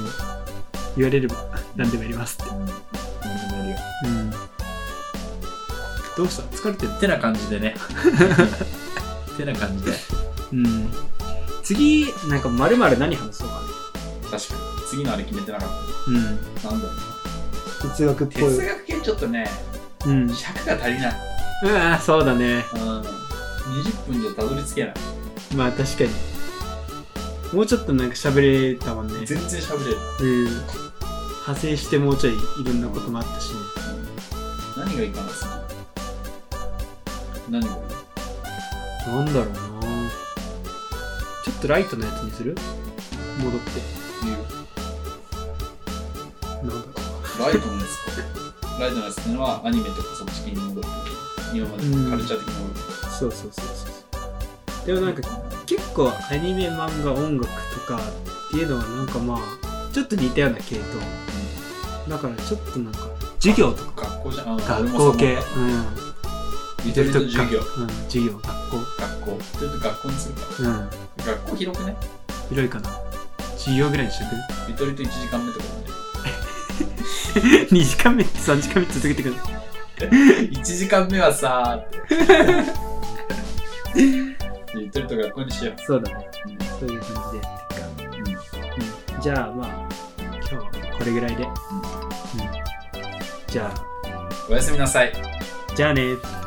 B: 言われれば、何でもやりますって。
A: うん何でもやるよ
B: うん。どうした疲れてる
A: てな感じで ねてな感じで
B: うん。次、なんか、まるまる何話そうかね。
A: 確かに次のあれ決めてなかっ
B: うん。
A: たなんだろう
B: 哲学っぽ
A: 哲
B: い。
A: 学系ちょっとね
B: うん。
A: 尺が足りない
B: うん、あーそうだね。
A: うん20分じゃたどり着けない
B: まあ確かに。もうちょっとなんか喋れたもんね。
A: 全然喋れる
B: うん。派生してもうちょいいろんなこともあったしね。
A: 何がいいかな次何がいい
B: なんだろうなちょっとライトなやつにする戻って。
A: 理由
B: なんだろ
A: ライトのやつかライトのやつってのはアニメとかそっち系に戻ってくる今までのカルチャー的な
B: う。そうそうそうそう。でもなんか結構アニメ、漫画、音楽とかっていうのはなんかまあ、ちょっと似たような系統。だからちょっとなんか、授業とか
A: 学校じゃんうん
B: 学校系。
A: 俺もそう思
B: う
A: っ
B: ん。
A: たゆとりと授業
B: うん、授業、学校。
A: 学校ちょっと学校にするか
B: うん。
A: 学校広くね
B: 広いかな授業ぐらいにしとく
A: ゆとりと1時間目とかね
B: 2時間目って3時間目続けてくる
A: 1時間目はさーってゆとりと学校にしよう
B: そうだねそういう感じでやっていくか、うん、じゃあまあ今日はこれぐらいで、うんじゃあ
A: おやすみなさい
B: じゃあね
A: バイバイ。